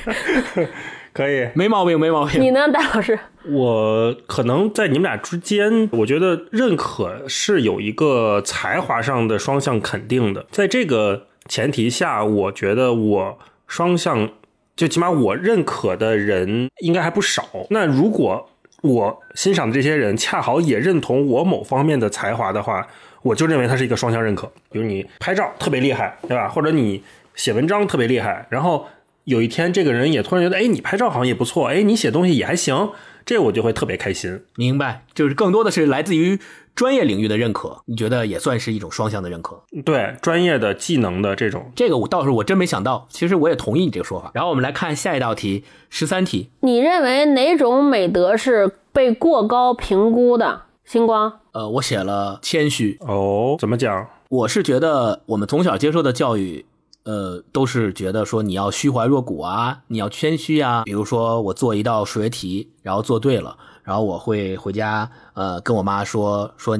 Speaker 3: 可以，
Speaker 2: 没毛病，没毛病。
Speaker 1: 你呢，大老师？
Speaker 3: 我可能在你们俩之间，我觉得认可是有一个才华上的双向肯定的。在这个前提下，我觉得我双向，就起码我认可的人应该还不少。那如果我欣赏的这些人恰好也认同我某方面的才华的话，我就认为它是一个双向认可。比如你拍照特别厉害，对吧？或者你写文章特别厉害，然后有一天这个人也突然觉得，哎，你拍照好像也不错，哎，你写东西也还行，这我就会特别开心。
Speaker 2: 明白，就是更多的是来自于专业领域的认可，你觉得也算是一种双向的认可。
Speaker 3: 对专业的技能的这种，
Speaker 2: 这个我倒是我真没想到，其实我也同意你这个说法。然后我们来看下一道题，十三题，
Speaker 1: 你认为哪种美德是被过高评估的？星光，
Speaker 2: 呃，我写了谦虚，
Speaker 3: 哦，怎么讲？
Speaker 2: 我是觉得我们从小接受的教育，呃，都是觉得说你要虚怀若谷啊，你要谦虚啊。比如说我做一道数学题，然后做对了，然后我会回家，呃，跟我妈说说，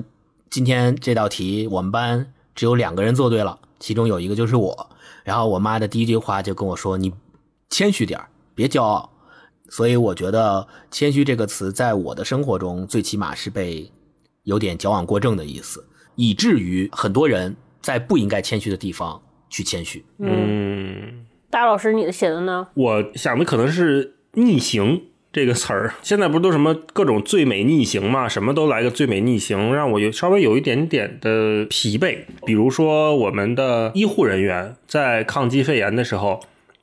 Speaker 2: 今天这道题我们班只有两个人做对了，其中有一个就是我。然后我妈的第一句话就跟我说：“你谦虚点儿，别骄傲。”所以我觉得“谦虚”这个词在我的生活中，最起码是被有点矫枉过正的意思，以至于很多人在不应该谦虚的地方去谦虚。
Speaker 3: 嗯，
Speaker 1: 大老师，你的写的呢？
Speaker 3: 我想的可能是逆行这个词儿。现在不是都什么各种最美逆行嘛，什么都来个最美逆行，让我有稍微有一点点的疲惫。比如说我们的医护人员在抗击肺炎的时候，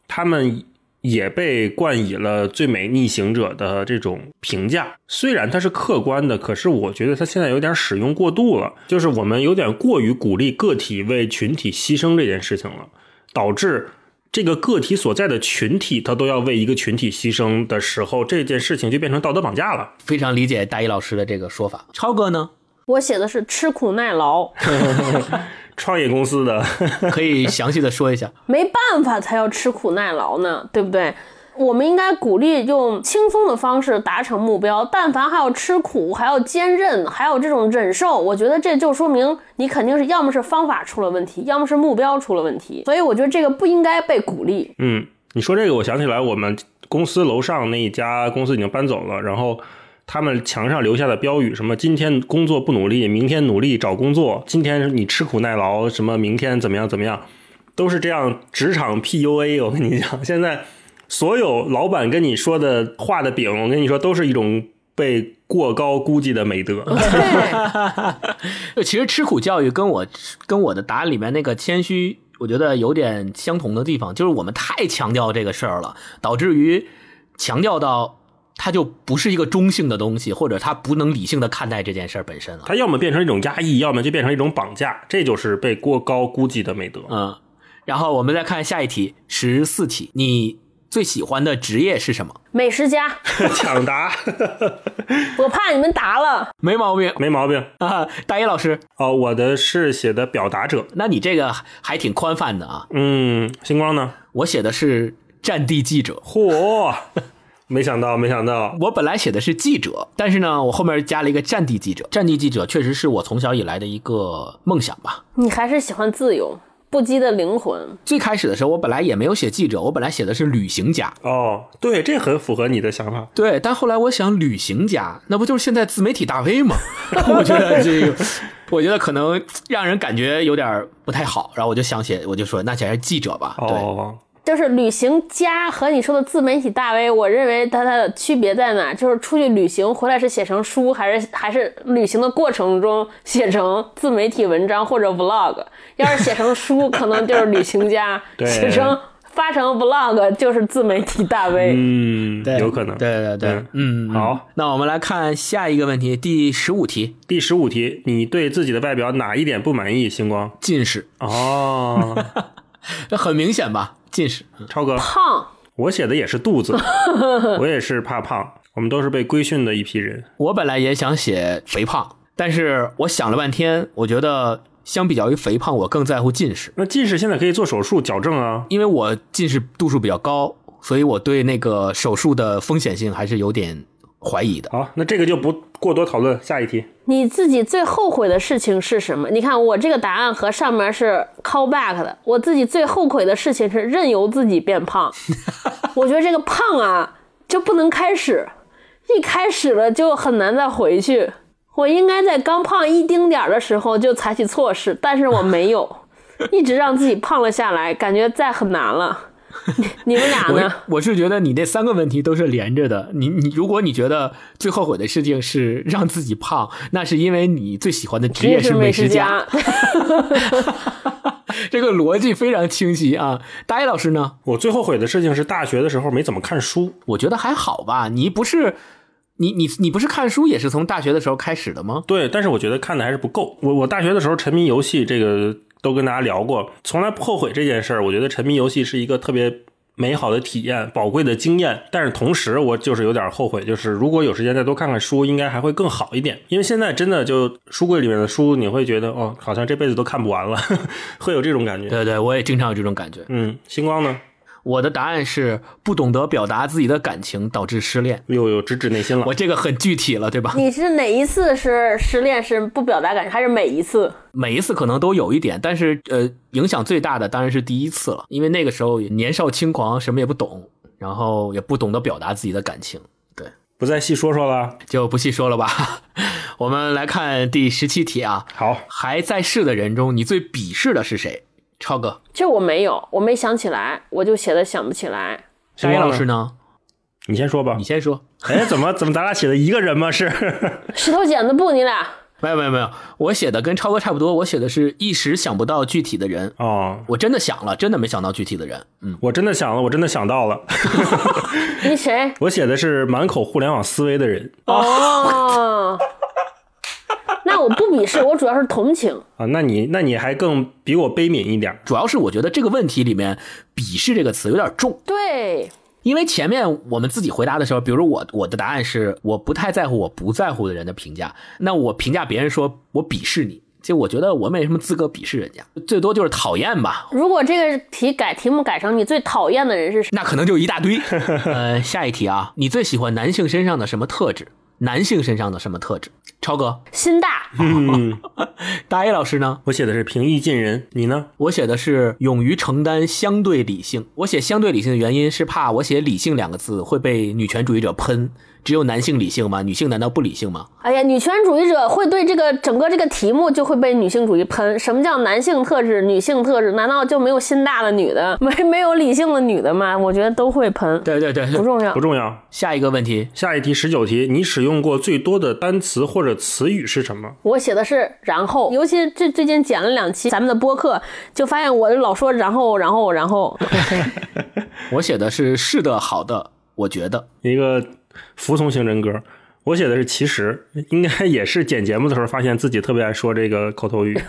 Speaker 3: 他们。也被冠以了“最美逆行者”的这种评价，虽然它是客观的，可是我觉得它现在有点使用过度了，就是我们有点过于鼓励个体为群体牺牲这件事情了，导致这个个体所在的群体它都要为一个群体牺牲的时候，这件事情就变成道德绑架了。
Speaker 2: 非常理解大一老师的这个说法。超哥呢，
Speaker 1: 我写的是吃苦耐劳，
Speaker 3: 创业公司的
Speaker 2: 可以详细的说一下。
Speaker 1: 没办法才要吃苦耐劳呢，对不对？我们应该鼓励用轻松的方式达成目标，但凡还要吃苦，还要坚韧，还有这种忍受，我觉得这就说明你肯定是要么是方法出了问题，要么是目标出了问题。所以我觉得这个不应该被鼓 励。
Speaker 3: 嗯，你说这个，我想起来我们公司楼上那一家公司已经搬走了，然后。他们墙上留下的标语，什么今天工作不努力，明天努力找工作，今天你吃苦耐劳，什么明天怎么样怎么样，都是这样职场 PUA。我跟你讲，现在所有老板跟你说的画的饼，我跟你说都是一种被过高估计的美德。
Speaker 2: 就其实吃苦教育跟我跟我的答案里面那个谦虚，我觉得有点相同的地方，就是我们太强调这个事儿了，导致于强调到。它就不是一个中性的东西，或者它不能理性的看待这件事儿本身了。
Speaker 3: 它要么变成一种压抑，要么就变成一种绑架，这就是被过高估计的美德。
Speaker 2: 嗯，然后我们再看下一题，十四题，你最喜欢的职业是什么？
Speaker 1: 美食家，
Speaker 3: 抢答
Speaker 1: 我怕你们答了。
Speaker 2: 没毛病
Speaker 3: 没毛病
Speaker 2: 啊，大一老师，
Speaker 3: 哦，我的是写的表达者。
Speaker 2: 那你这个还挺宽泛的啊。
Speaker 3: 嗯，星光呢？
Speaker 2: 我写的是战地记者，
Speaker 3: 嚯！没想到，没想到，
Speaker 2: 我本来写的是记者，但是呢，我后面加了一个战地记者。战地记者确实是我从小以来的一个梦想吧。
Speaker 1: 你还是喜欢自由，不羁的灵魂。
Speaker 2: 最开始的时候，我本来也没有写记者，我本来写的是旅行家。
Speaker 3: 哦，对，这很符合你的想法。
Speaker 2: 对，但后来我想，旅行家那不就是现在自媒体大 V 吗？ 我觉得这个，我觉得可能让人感觉有点不太好，然后我就想写，我就说那写记者吧。对，
Speaker 3: 哦，
Speaker 1: 就是旅行家和你说的自媒体大 V，我认为它它的区别在哪？就是出去旅行回来是写成书，还是还是旅行的过程中写成自媒体文章或者 vlog？要是写成书，可能就是旅行家；
Speaker 3: 对
Speaker 1: 写成发成 vlog 就是自媒体大 V。
Speaker 3: 嗯，
Speaker 2: 对
Speaker 3: 有可能。
Speaker 2: 对对对，嗯，嗯
Speaker 3: 好。
Speaker 2: 那我们来看下一个问题，第十五题，
Speaker 3: 第十五题，你对自己的外表哪一点不满意？星光。
Speaker 2: 近视，
Speaker 3: 哦，
Speaker 2: 这很明显吧？近视。
Speaker 3: 超哥，
Speaker 1: 胖，
Speaker 3: 我写的也是肚 子，我也是怕胖，我们都是被规训的一批人。
Speaker 2: 我本来也想写肥胖，但是我想了半天，我觉得相比较于肥胖，我更在乎近视，
Speaker 3: 那近视现在可以做手术矫正啊。
Speaker 2: 因为我近视度数比较高，所以我对那个手术的风险性还是有点怀疑的。
Speaker 3: 好，那这个就不过多讨论，下一题。
Speaker 1: 你自己最后悔的事情是什么？你看我这个答案和上面是 call back 的，我自己最后悔的事情是任由自己变 胖。我觉得这个胖啊，就不能开始，一开始了就很难再回去。我应该在刚胖一丁点儿的时候就采取措施，但是我没 有，一直让自己胖了下来，感觉再很难了。你你们俩呢？
Speaker 2: 我我是觉得你那三个问题都是连着的。你你，如果你觉得最后悔的事情是让自己胖，那是因为你最喜欢的职业
Speaker 1: 是
Speaker 2: 美
Speaker 1: 美
Speaker 2: 食
Speaker 1: 食
Speaker 2: 家，， 这个逻辑非常清晰啊。大一老师呢？
Speaker 3: 我最后悔的事情是大学的时候没怎么看书。
Speaker 2: 我觉得还好吧。你不是你你你不是看书也是从大学的时候开始的吗？
Speaker 3: 对，但是我觉得看的还是不够。我我大学的时候沉迷游戏，这个都跟大家聊过，从来不后悔这件事儿。我觉得沉迷游戏是一个特别美好的体验，宝贵的经验。但是同时，我就是有点后悔，就是如果有时间再多看看书，应该还会更好一点。因为现在真的就书柜里面的书，你会觉得哦，好像这辈子都看不完了， 会有这种感觉。
Speaker 2: 对对，我也经常有这种感觉。
Speaker 3: 嗯，星光呢？
Speaker 2: 我的答案是不懂得表达自己的感情导致失恋。
Speaker 3: 又有直指内心了
Speaker 2: 我。这个很具体了，对吧？
Speaker 1: 你是哪一次是失恋是不表达感情，还是每一次？
Speaker 2: 每一次可能都有一点，但是呃，影响最大的当然是第一次了，因为那个时候年少轻狂，什么也不懂，然后也不懂得表达自己的感情，
Speaker 3: 不再细说说了。
Speaker 2: 就不细说了吧。 我们来看第十七题啊，
Speaker 3: 好，
Speaker 2: 还在世的人中，你最鄙视的是谁？超哥，
Speaker 1: 这我没有，我没想起来，我就写的想不起来。
Speaker 2: 沙
Speaker 3: 谁
Speaker 2: 一
Speaker 3: 忘
Speaker 2: 老
Speaker 3: 了
Speaker 2: 师呢？
Speaker 3: 你先说吧
Speaker 2: 你。先说。
Speaker 3: 哎，怎么怎么咱俩写的一个人吗？是
Speaker 1: 石头剪子布，你俩
Speaker 2: 没有没有没有，我写的跟超哥差不多，我写的是一时想不到具体的人，
Speaker 3: 哦，
Speaker 2: 我真的想了，真的没想到具体的人。嗯，
Speaker 3: 我真的想了，我真的想到了，
Speaker 1: 你谁？
Speaker 3: 我写的是满口互联网思维的人
Speaker 1: 哦，那我不鄙视，我主要是同情。
Speaker 3: 啊。那你那你还更比我悲悯一点儿。
Speaker 2: 主要是我觉得这个问题里面“鄙视”这个词有点重，
Speaker 1: 对，
Speaker 2: 因为前面我们自己回答的时候，比如我我的答案是我不太在乎我不在乎的人的评价，那我评价别人说我鄙视你，就我觉得我没什么资格鄙视人家，最多就是讨厌吧，
Speaker 1: 如果这个题改题目改成你最讨厌的人是谁？
Speaker 2: 那可能就一 大堆。呃，下一题啊，你最喜欢男性身上的什么特质？男性身上的什么特质？超哥，
Speaker 1: 心大，
Speaker 3: 嗯，
Speaker 2: 大 A 老师呢？
Speaker 3: 我写的是平易近人，你呢？
Speaker 2: 我写的是勇于承担相对理性。我写相对理性的原因是怕我写“理性”两个字会被女权主义者喷。只有男性理性吗？女性难道不理性吗？
Speaker 1: 哎呀，女权主义者会对这个整个这个题目就会被女性主义喷。什么叫男性特质、女性特质？难道就没有心大的女的，没没有理性的女的吗？我觉得都会喷，
Speaker 2: 对对对
Speaker 1: 不重要
Speaker 3: 不。重要。
Speaker 2: 下一个问题，
Speaker 3: 下一题十九题，你使用过最多的单词或者词语是什么？
Speaker 1: 我写的是然后，尤其这最近剪了两期咱们的播客，就发现我老说然后然后然后，
Speaker 2: 我写的是是的，好的，我觉得。
Speaker 3: 一个服从型人格。我写的是其实，应该也是剪节目的时候发现自己特别爱说这个口 头语。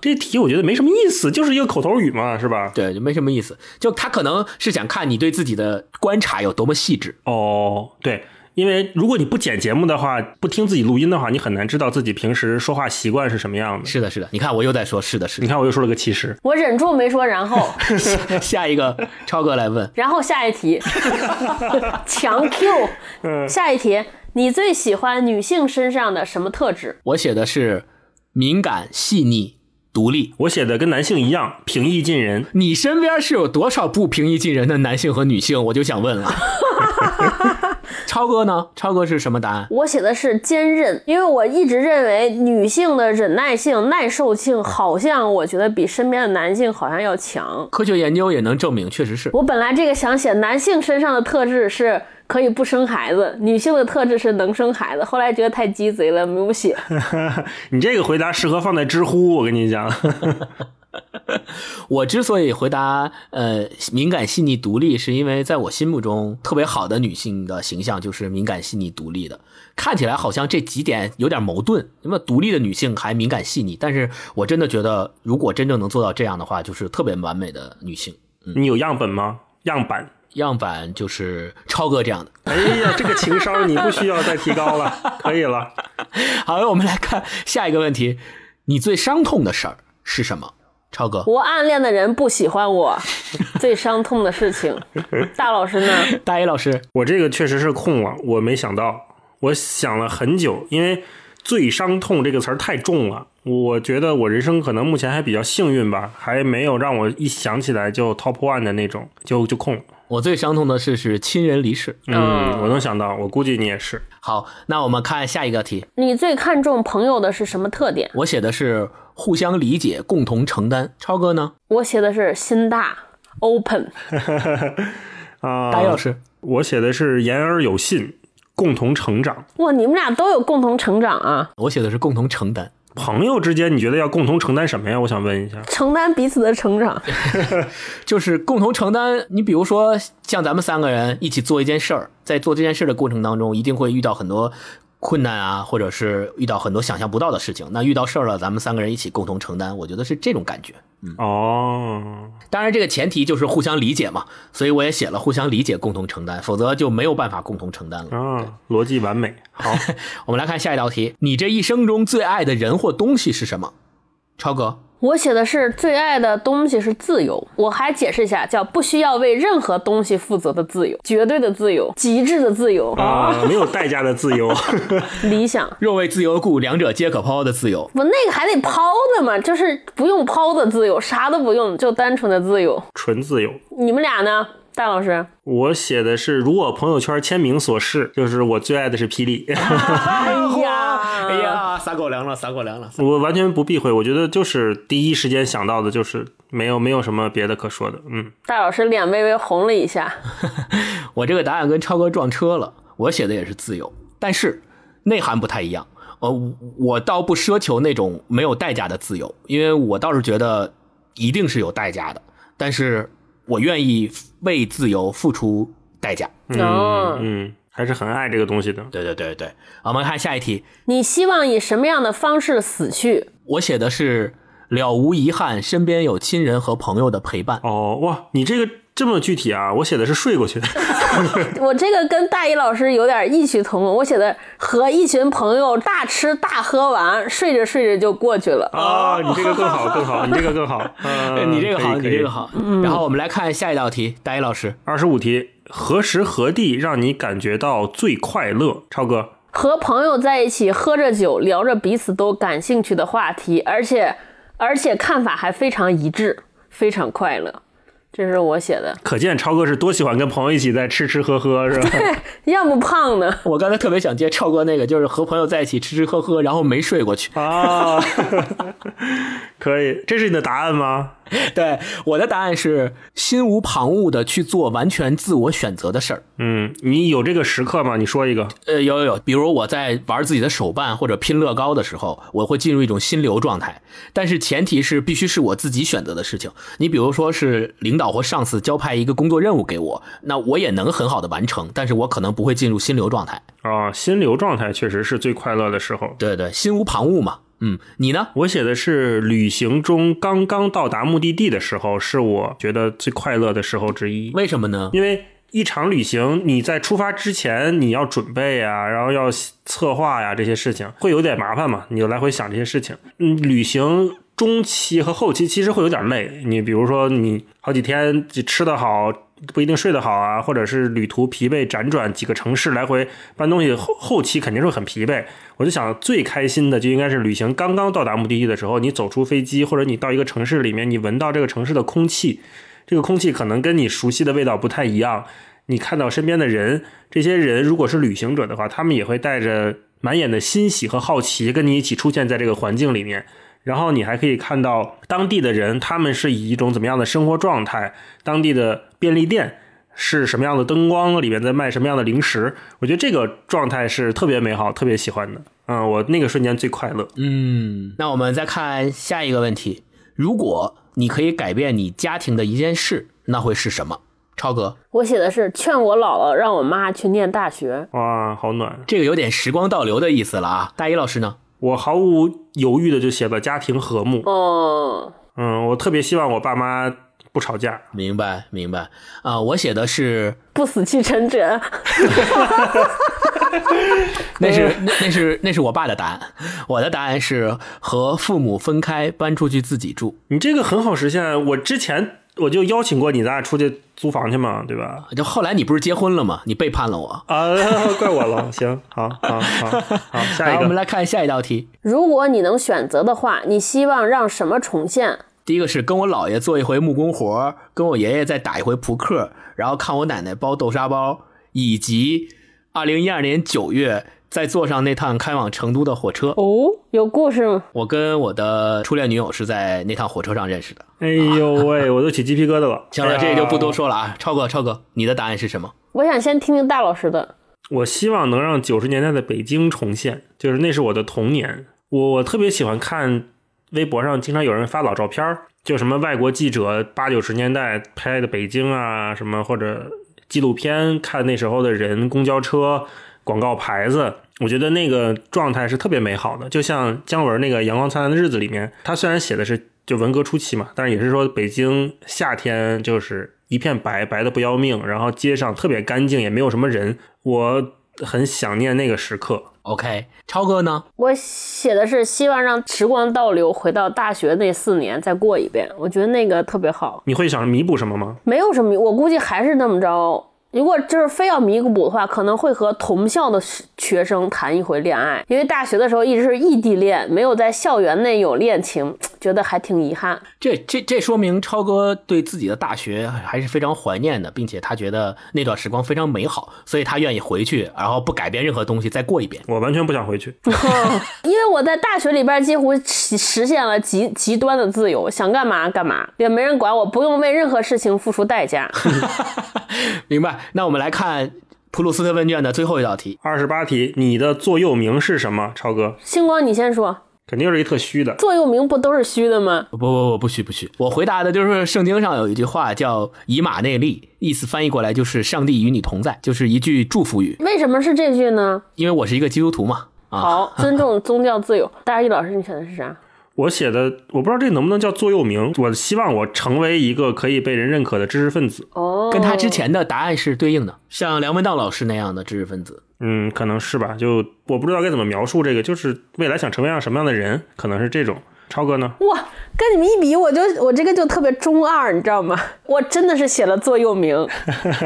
Speaker 3: 这题我觉得没什么意思，就是一个口头语嘛，是吧？
Speaker 2: 对，就没什么意思。就他可能是想看你对自己的观察有多么细致。
Speaker 3: 哦，对，因为如果你不剪节目的话，不听自己录音的话，你很难知道自己平时说话习惯是什么样的。
Speaker 2: 是的，是的，你看我又在说是的，是
Speaker 3: 你看，我又说了个其实，
Speaker 1: 我忍住没说然后。
Speaker 2: 的。 下一个，超哥来问，
Speaker 1: 然后下一题， 强 Q，下一题，你最喜欢女性身上的什么特质？
Speaker 2: 我写的是敏感、细腻、独立。
Speaker 3: 我写的跟男性一样 平易近人。
Speaker 2: 你身边是有多少不平易近人的男性和女性？我就想问了。超哥呢？超哥是什么答案？
Speaker 1: 我写的是坚韧，因为我一直认为女性的忍耐性、耐受性，好像我觉得比身边的男性好像要强。
Speaker 2: 科学研究也能证明，确实是。
Speaker 1: 我本来这个想写男性身上的特质是可以不生孩子，女性的特质是能生孩子，后来觉得太鸡贼了，没有写。
Speaker 3: 你这个回答适合放在知乎，我跟你讲。
Speaker 2: 我之所以回答呃敏感、细腻、独立，是因为在我心目中特别好的女性的形象就是敏感、细腻、独立的。看起来好像这几点有点矛盾。那么独立的女性还敏感细腻，但是我真的觉得，如果真正能做到这样的话，就是特别完美的女性。
Speaker 3: 你有样本吗？样板。
Speaker 2: 样板就是超哥这样的。
Speaker 3: 哎呀，这个情商你不需要再提高 了，可以了。
Speaker 2: 好，我们来看下一个问题，你最伤痛的事儿是什么？超哥，
Speaker 1: 我暗恋的人不喜欢我，最伤痛的事情。大老师呢？
Speaker 2: 大一老师，
Speaker 3: 我这个确实是空了，我没想到，我想了很久，因为“最伤痛”这个词儿太重了。我觉得我人生可能目前还比较幸运吧，还没有让我一想起来就 top one 的那种，就就空了。
Speaker 2: 我最伤痛的事是亲人离世。
Speaker 3: 嗯，我能想到，我估计你也是。
Speaker 2: 好，那我们看下一个题，
Speaker 1: 你最看重朋友的是什么特点？
Speaker 2: 我写的是互相理解，共同承担。超哥呢？
Speaker 1: 我写的是心大，open。
Speaker 3: 啊、
Speaker 2: 大一老师，
Speaker 3: 我写的是言而有信，共同成长。
Speaker 1: 哇，你们俩都有共同成长啊，
Speaker 2: 我写的是共同承担。
Speaker 3: 朋友之间，你觉得要共同承担什么呀？我想问一下。
Speaker 1: 承担彼此的成长。
Speaker 2: 就是共同承担。你比如说，像咱们三个人一起做一件事儿，在做这件事的过程当中，一定会遇到很多困难啊，或者是遇到很多想象不到的事情。那遇到事儿了，咱们三个人一起共同承担，我觉得是这种感觉。
Speaker 3: 哦，
Speaker 2: 当然，这个前提就是互相理解嘛，所以我也写了互相理解，共同承担，否则就没有办法共同承担了。
Speaker 3: 啊，逻辑完美。好，
Speaker 2: 我们来看下一道题，你这一生中最爱的人或东西是什么？超哥，
Speaker 1: 我写的是最爱的东西是自由，我还解释一下，叫不需要为任何东西负责的自由，绝对的自由，极致的自由，
Speaker 3: 啊，没有代价的自由。
Speaker 1: 理想。
Speaker 2: 若为自由故，两者皆可抛的自由。
Speaker 1: 我那个还得抛的嘛，就是不用抛的自由，啥都不用，就单纯的自由。
Speaker 3: 纯自由。
Speaker 1: 你们俩呢，大老师？
Speaker 3: 我写的是，如我朋友圈签名所示，就是我最爱的是霹雳。
Speaker 1: 哎呀，
Speaker 2: 哎，呀，撒狗粮了，撒狗粮了。
Speaker 3: 我完全不避讳，我觉得就是第一时间想到的就是没有没有什么别的可说的，嗯，
Speaker 1: 大老师脸微微红了一下，
Speaker 2: 我这个答案跟超哥撞车了，我写的也是自由，但是内涵不太一样。呃，我我倒不奢求那种没有代价的自由，因为我倒是觉得一定是有代价的，但是我愿意为自由付出代价。
Speaker 1: 哦
Speaker 3: 嗯嗯，还是很爱这个东西的。
Speaker 2: 对对对对，好我们看下一题，
Speaker 1: 你希望以什么样的方式死去？
Speaker 2: 我写的是了无遗憾，身边有亲人和朋友的陪伴。
Speaker 3: 哦，哇，你这个这么具体啊！我写的是睡 过去，
Speaker 1: 我这个跟大一老师有点异曲同工，我写的和一群朋友大吃大喝完，睡着睡着就过去了。
Speaker 3: 啊，你这个更好，更好，你这个 更好，
Speaker 2: 呃
Speaker 3: 呃、
Speaker 2: 你这个好，
Speaker 3: 可以
Speaker 2: 你这个。好。然后我们来看下一道题，大一老师，
Speaker 3: 二十五题，何时何地让你感觉到最快乐？超哥，
Speaker 1: 和朋友在一起喝着酒，聊着彼此都感兴趣的话题，而且而且看法还非常一致，非常快乐。这是我写的，
Speaker 3: 可见超哥是多喜欢跟朋友一起在吃吃喝喝，是吧？
Speaker 1: 要么胖呢。
Speaker 2: 我刚才特别想接超哥那个，就是和朋友在一起吃吃喝喝，然后没睡过去。
Speaker 3: 啊，可以，这是你的答案吗？
Speaker 2: 对，我的答案是心无旁骛的去做完全自我选择的事儿。
Speaker 3: 嗯，你有这个时刻吗？你说一个。
Speaker 2: 呃，有有有，比如我在玩自己的手办或者拼乐高的时候，我会进入一种心流状态，但是前提是必须是我自己选择的事情。你比如说是领导或上司交派一个工作任务给我，那我也能很好的完成，但是我可能不会进入心流状态。
Speaker 3: 啊、心流状态确实是最快乐的时候。
Speaker 2: 对对，心无旁骛嘛。嗯，你呢？
Speaker 3: 我写的是旅行中刚刚到达目的地的时候，是我觉得最快乐的时候之一，
Speaker 2: 为什么呢？
Speaker 3: 因为。一场旅行，你在出发之前你要准备啊，然后要策划呀、这些事情会有点麻烦嘛，你就来回想这些事情。嗯，旅行中期和后期其实会有点累，你比如说你好几天只吃得好，不一定睡得好啊，或者是旅途疲惫，辗转几个城市来回搬东西，后后期肯定是会很疲惫。我就想最开心的就应该是旅行刚刚到达目的地的时候，你走出飞机，或者你到一个城市里面，你闻到这个城市的空气，这个空气可能跟你熟悉的味道不太一样。你看到身边的人，这些人如果是旅行者的话，他们也会带着满眼的欣喜和好奇，跟你一起出现在这个环境里面。然后你还可以看到当地的人，他们是以一种怎么样的生活状态，当地的便利店是什么样的灯光，里面在卖什么样的零食。我觉得这个状态是特别美好、特别喜欢的。嗯，我那个瞬间最快乐。
Speaker 2: 嗯，那我们再看下一个问题：如果你可以改变你家庭的一件事，那会是什么？超哥，
Speaker 1: 我写的是劝我姥姥让我妈去念大学。
Speaker 3: 哇，好暖！
Speaker 2: 这个有点时光倒流的意思了啊。大一老师呢？
Speaker 3: 我毫无犹豫的就写了家庭和睦。
Speaker 1: 哦，
Speaker 3: 嗯，我特别希望我爸妈不吵架。
Speaker 2: 明白，明白。啊、我写的是，
Speaker 1: 不死气沉沉。
Speaker 2: 那是那那是那是我爸的答案，我的答案是和父母分开，搬出去自己住。
Speaker 3: 你这个很好实现。我之前我就邀请过你，咱俩出去租房去嘛，对吧？
Speaker 2: 就后来你不是结婚了吗？你背叛了我。
Speaker 3: 啊， 怪我了。行，好，好，好，好，下
Speaker 2: 来，
Speaker 3: 一
Speaker 2: 我们
Speaker 3: 个。
Speaker 2: 来看下一道题。
Speaker 1: 如果你能选择的话，你希望让什么重现？
Speaker 2: 第一个是跟我姥爷做一回木工活儿，跟我爷爷再打一回扑克，然后看我奶奶包豆沙包，以及二零一二年九月再坐上那趟开往成都的火车。
Speaker 1: 哦，有故事吗？
Speaker 2: 我跟我的初恋女友是在那趟火车上认识的。
Speaker 3: 哎呦喂，我都起鸡皮疙瘩了。
Speaker 2: 行了，
Speaker 3: 哎呀
Speaker 2: 这个就不多。说了啊。超哥，超哥，你的答案是什么？
Speaker 1: 我想先听听大老师的。
Speaker 3: 我希望能让九十年代的北京重现，就是那是我的童年。我我特别喜欢看微博上经常有人发老照片儿，就什么外国记者八九十年代拍的北京啊，什么或者纪录片看那时候的人、公交车、广告牌子。我觉得那个状态是特别美好的，就像姜文那个《阳光灿烂的日子》里面，他虽然写的是就文革初期嘛，但是也是说北京夏天就是一片白，白的不要命，然后街上特别干净，也没有什么人。我很想念那个时刻。
Speaker 2: OK，超哥呢？
Speaker 1: 我写的是希望让时光倒流，回到大学那四年再过一遍。我觉得那个特别好，
Speaker 3: 你会想弥补什么吗？
Speaker 1: 没有什么，我估计还是那么着。如果就是非要弥补的话，可能会和同校的学生谈一回恋爱，因为大学的时候一直是异地恋，没有在校园内有恋情，觉得还挺遗憾。
Speaker 2: 这这这说明超哥对自己的大学还是非常怀念的，并且他觉得那段时光非常美好，所以他愿意回去，然后不改变任何东西，再过一遍。
Speaker 3: 我完全不想回去。
Speaker 1: 因为我在大学里边几乎实实现了极极端的自由，想干嘛干嘛，也没人管我，不用为任何事情付出代价。
Speaker 2: 明白？那我们来看普鲁斯特问卷的最后一道题，
Speaker 3: 二十八题，你的座右铭是什么？超哥，
Speaker 1: 星光，你先说，
Speaker 3: 肯定是一特虚的。
Speaker 1: 座右铭不都是虚的吗？
Speaker 2: 不不不不许不许！我回答的就是圣经上有一句话叫“以马内利”，意思翻译过来就是“上帝与你同在”，就是一句祝福语。
Speaker 1: 为什么是这句 呢？
Speaker 2: 因为我是一个基督徒嘛，啊，
Speaker 1: 好，尊重宗教自由。大一老师，你选的是啥？
Speaker 3: 我写的，我不知道这能不能叫座右铭。我希望我成为一个可以被人认可的知识分子。
Speaker 1: 哦，
Speaker 2: 跟他之前的答案是对应的，像梁文道老师那样的知识分子。
Speaker 3: 嗯，可能是吧。就我不知道该怎么描述这个，就是未来想成为样什么样的人，可能是这种。超哥呢？
Speaker 1: 哇，跟你们一比，我就我这个就特别中二，你知道吗？我真的是写了座右铭，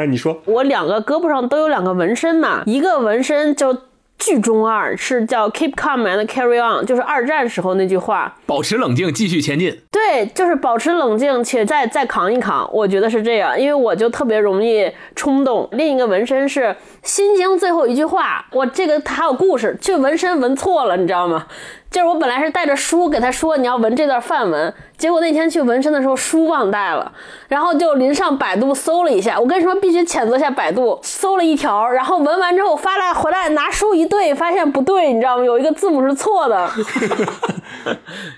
Speaker 3: 你说
Speaker 1: 我两个胳膊上都有两个纹身呢，一个纹身就巨中二，是叫 “keep calm and carry on”，就是二战时候那句话。
Speaker 2: 保持冷静，继续前进。
Speaker 1: 对，就是保持冷静，且再再扛一扛，我觉得是这样，因为我就特别容易冲动。另一个纹身是《心经》最后一句话，我这个还有故事，去纹身纹错了，你知道吗？ 就是我本来是带着书给他说你要纹这段范文，结果那天去纹身的时候书忘带了，然后就临上百度搜了一下，我跟你说必须谴责一下百度，搜了一条，然后纹完之后发来回来拿书一对，发现不对，你知道吗？有一个字母是错的。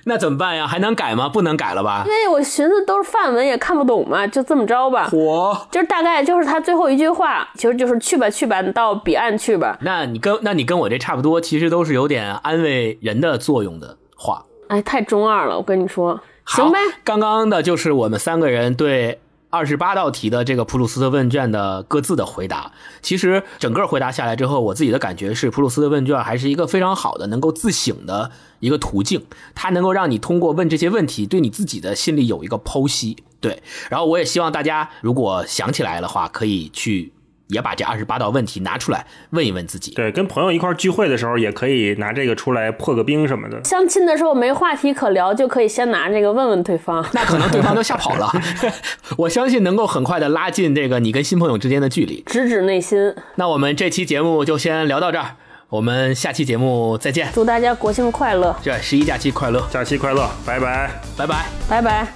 Speaker 2: 那怎么办呀？还能改吗？不能改了吧？
Speaker 1: 因为我寻思都是范文，也看不懂嘛，就这么着吧。
Speaker 2: 我，
Speaker 1: 就是大概就是他最后一句话，其实就是去吧去吧，你到彼岸去吧。
Speaker 2: 那你跟那你跟我这差不多，其实都是有点安慰人的作用的话。
Speaker 1: 哎，太中二了，我跟你说，
Speaker 2: 好
Speaker 1: 行呗。
Speaker 2: 刚刚的就是我们三个人对二十八道题的这个普鲁斯特问卷的各自的回答。其实整个回答下来之后，我自己的感觉是，普鲁斯特问卷还是一个非常好的能够自省的一个途径，它能够让你通过问这些问题，对你自己的心里有一个剖析。对，然后我也希望大家如果想起来的话，可以去也把这二十八道问题拿出来问一问自己。
Speaker 3: 对，跟朋友一块儿聚会的时候，也可以拿这个出来破个冰什么的。
Speaker 1: 相亲的时候没话题可聊，就可以先拿这个问问对方。
Speaker 2: 那可能对方都吓跑了， 我相信能够很快的拉近这个你跟新朋友之间的距离。
Speaker 1: 直指内心，
Speaker 2: 那我们这期节目就先聊到这儿，我们下期节目再见。
Speaker 1: 祝大家国庆快乐，
Speaker 2: 这十一假期快乐，
Speaker 3: 假期快乐，拜拜。
Speaker 2: 拜拜。
Speaker 1: 拜拜。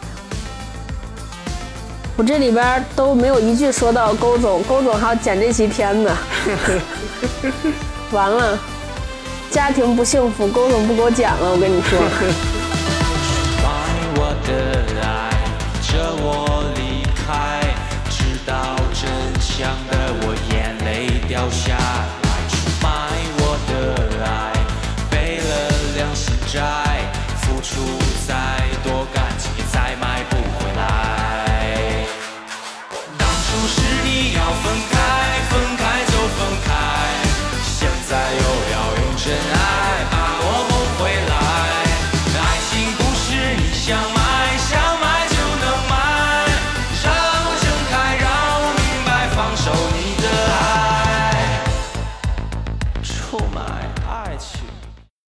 Speaker 1: 我这里边都没有一句说到勾总，勾总还要剪这期片呢，完了，家庭不幸福，勾总不给我剪了，我跟你说。
Speaker 4: 把我的爱，这我离开，知道真相的我眼泪掉下来。买我的爱，背了良心债，付出再多感情也再买不回来。当初是你要分开，分开就分开，现在又要用真爱把我哄回来。爱情不是你想买，想买就能买，让我睁开，让我明白，放手你的爱，充满爱情。